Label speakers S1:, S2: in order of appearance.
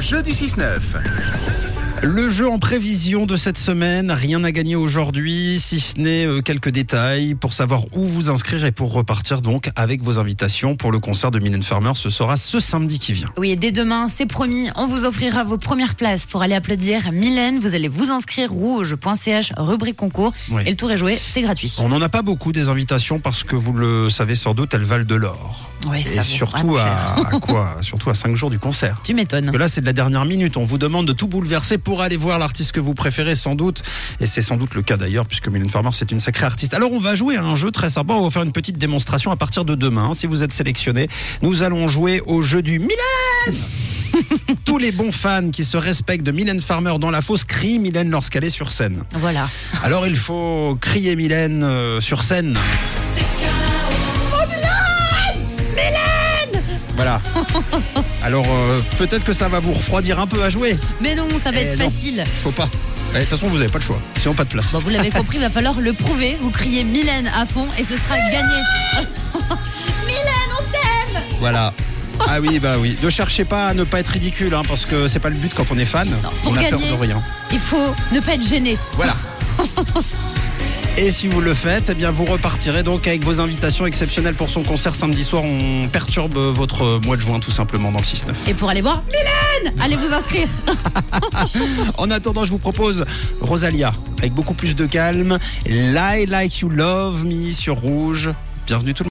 S1: jeu du 6-9.
S2: Le jeu en prévision de cette semaine, rien à gagner aujourd'hui, si ce n'est euh, quelques détails pour savoir où vous inscrire et pour repartir donc avec vos invitations pour le concert de Mylène Farmer. Ce sera ce samedi qui vient.
S3: Oui, et dès demain, c'est promis, on vous offrira vos premières places pour aller applaudir Mylène. Vous allez vous inscrire rouge.ch, rubrique concours.
S2: Oui.
S3: Et le tour est joué, c'est gratuit.
S2: On n'en a pas beaucoup des invitations parce que vous le savez sans doute, elles valent de l'or.
S3: Oui, ça
S2: Et
S3: vaut
S2: surtout
S3: vraiment cher.
S2: à, à quoi Surtout à 5 jours du concert.
S3: Tu m'étonnes.
S2: Parce que là, c'est de la dernière minute. On vous demande de tout bouleverser pour aller voir l'artiste que vous préférez, sans doute. Et c'est sans doute le cas d'ailleurs, puisque Mylène Farmer, c'est une sacrée artiste. Alors, on va jouer à un jeu très sympa. On va vous faire une petite démonstration à partir de demain. Si vous êtes sélectionné, nous allons jouer au jeu du Mylène Tous les bons fans qui se respectent de Mylène Farmer dans la fosse crient Mylène lorsqu'elle est sur scène.
S3: Voilà.
S2: Alors, il faut crier Mylène euh, sur scène.
S3: Oh,
S2: Voilà. Alors euh, peut-être que ça va vous refroidir un peu à jouer.
S3: Mais non, ça va
S2: Eh
S3: être
S2: non.
S3: facile.
S2: Faut pas. Eh, De toute façon, vous n'avez pas le choix. Sinon, pas de place.
S3: Bon, vous l'avez compris, il va falloir le prouver. Vous criez Mylène à fond et ce sera gagné.
S2: Voilà. Ah oui, bah oui. Ne cherchez pas à ne pas être ridicule, hein, parce que c'est pas le but quand on est fan.
S3: pour
S2: on a
S3: gagner.
S2: peur de rien.
S3: Il faut ne pas être gêné.
S2: Voilà. Et si vous le faites, eh bien vous repartirez donc avec vos invitations exceptionnelles pour son concert samedi soir. On perturbe votre mois de juin tout simplement dans le 6-9.
S3: Et pour aller voir Mylène, allez vous inscrire.
S2: En attendant, je vous propose Rosalia avec beaucoup plus de calme. Lie Like You Love Me sur Rouge. Bienvenue tout le monde.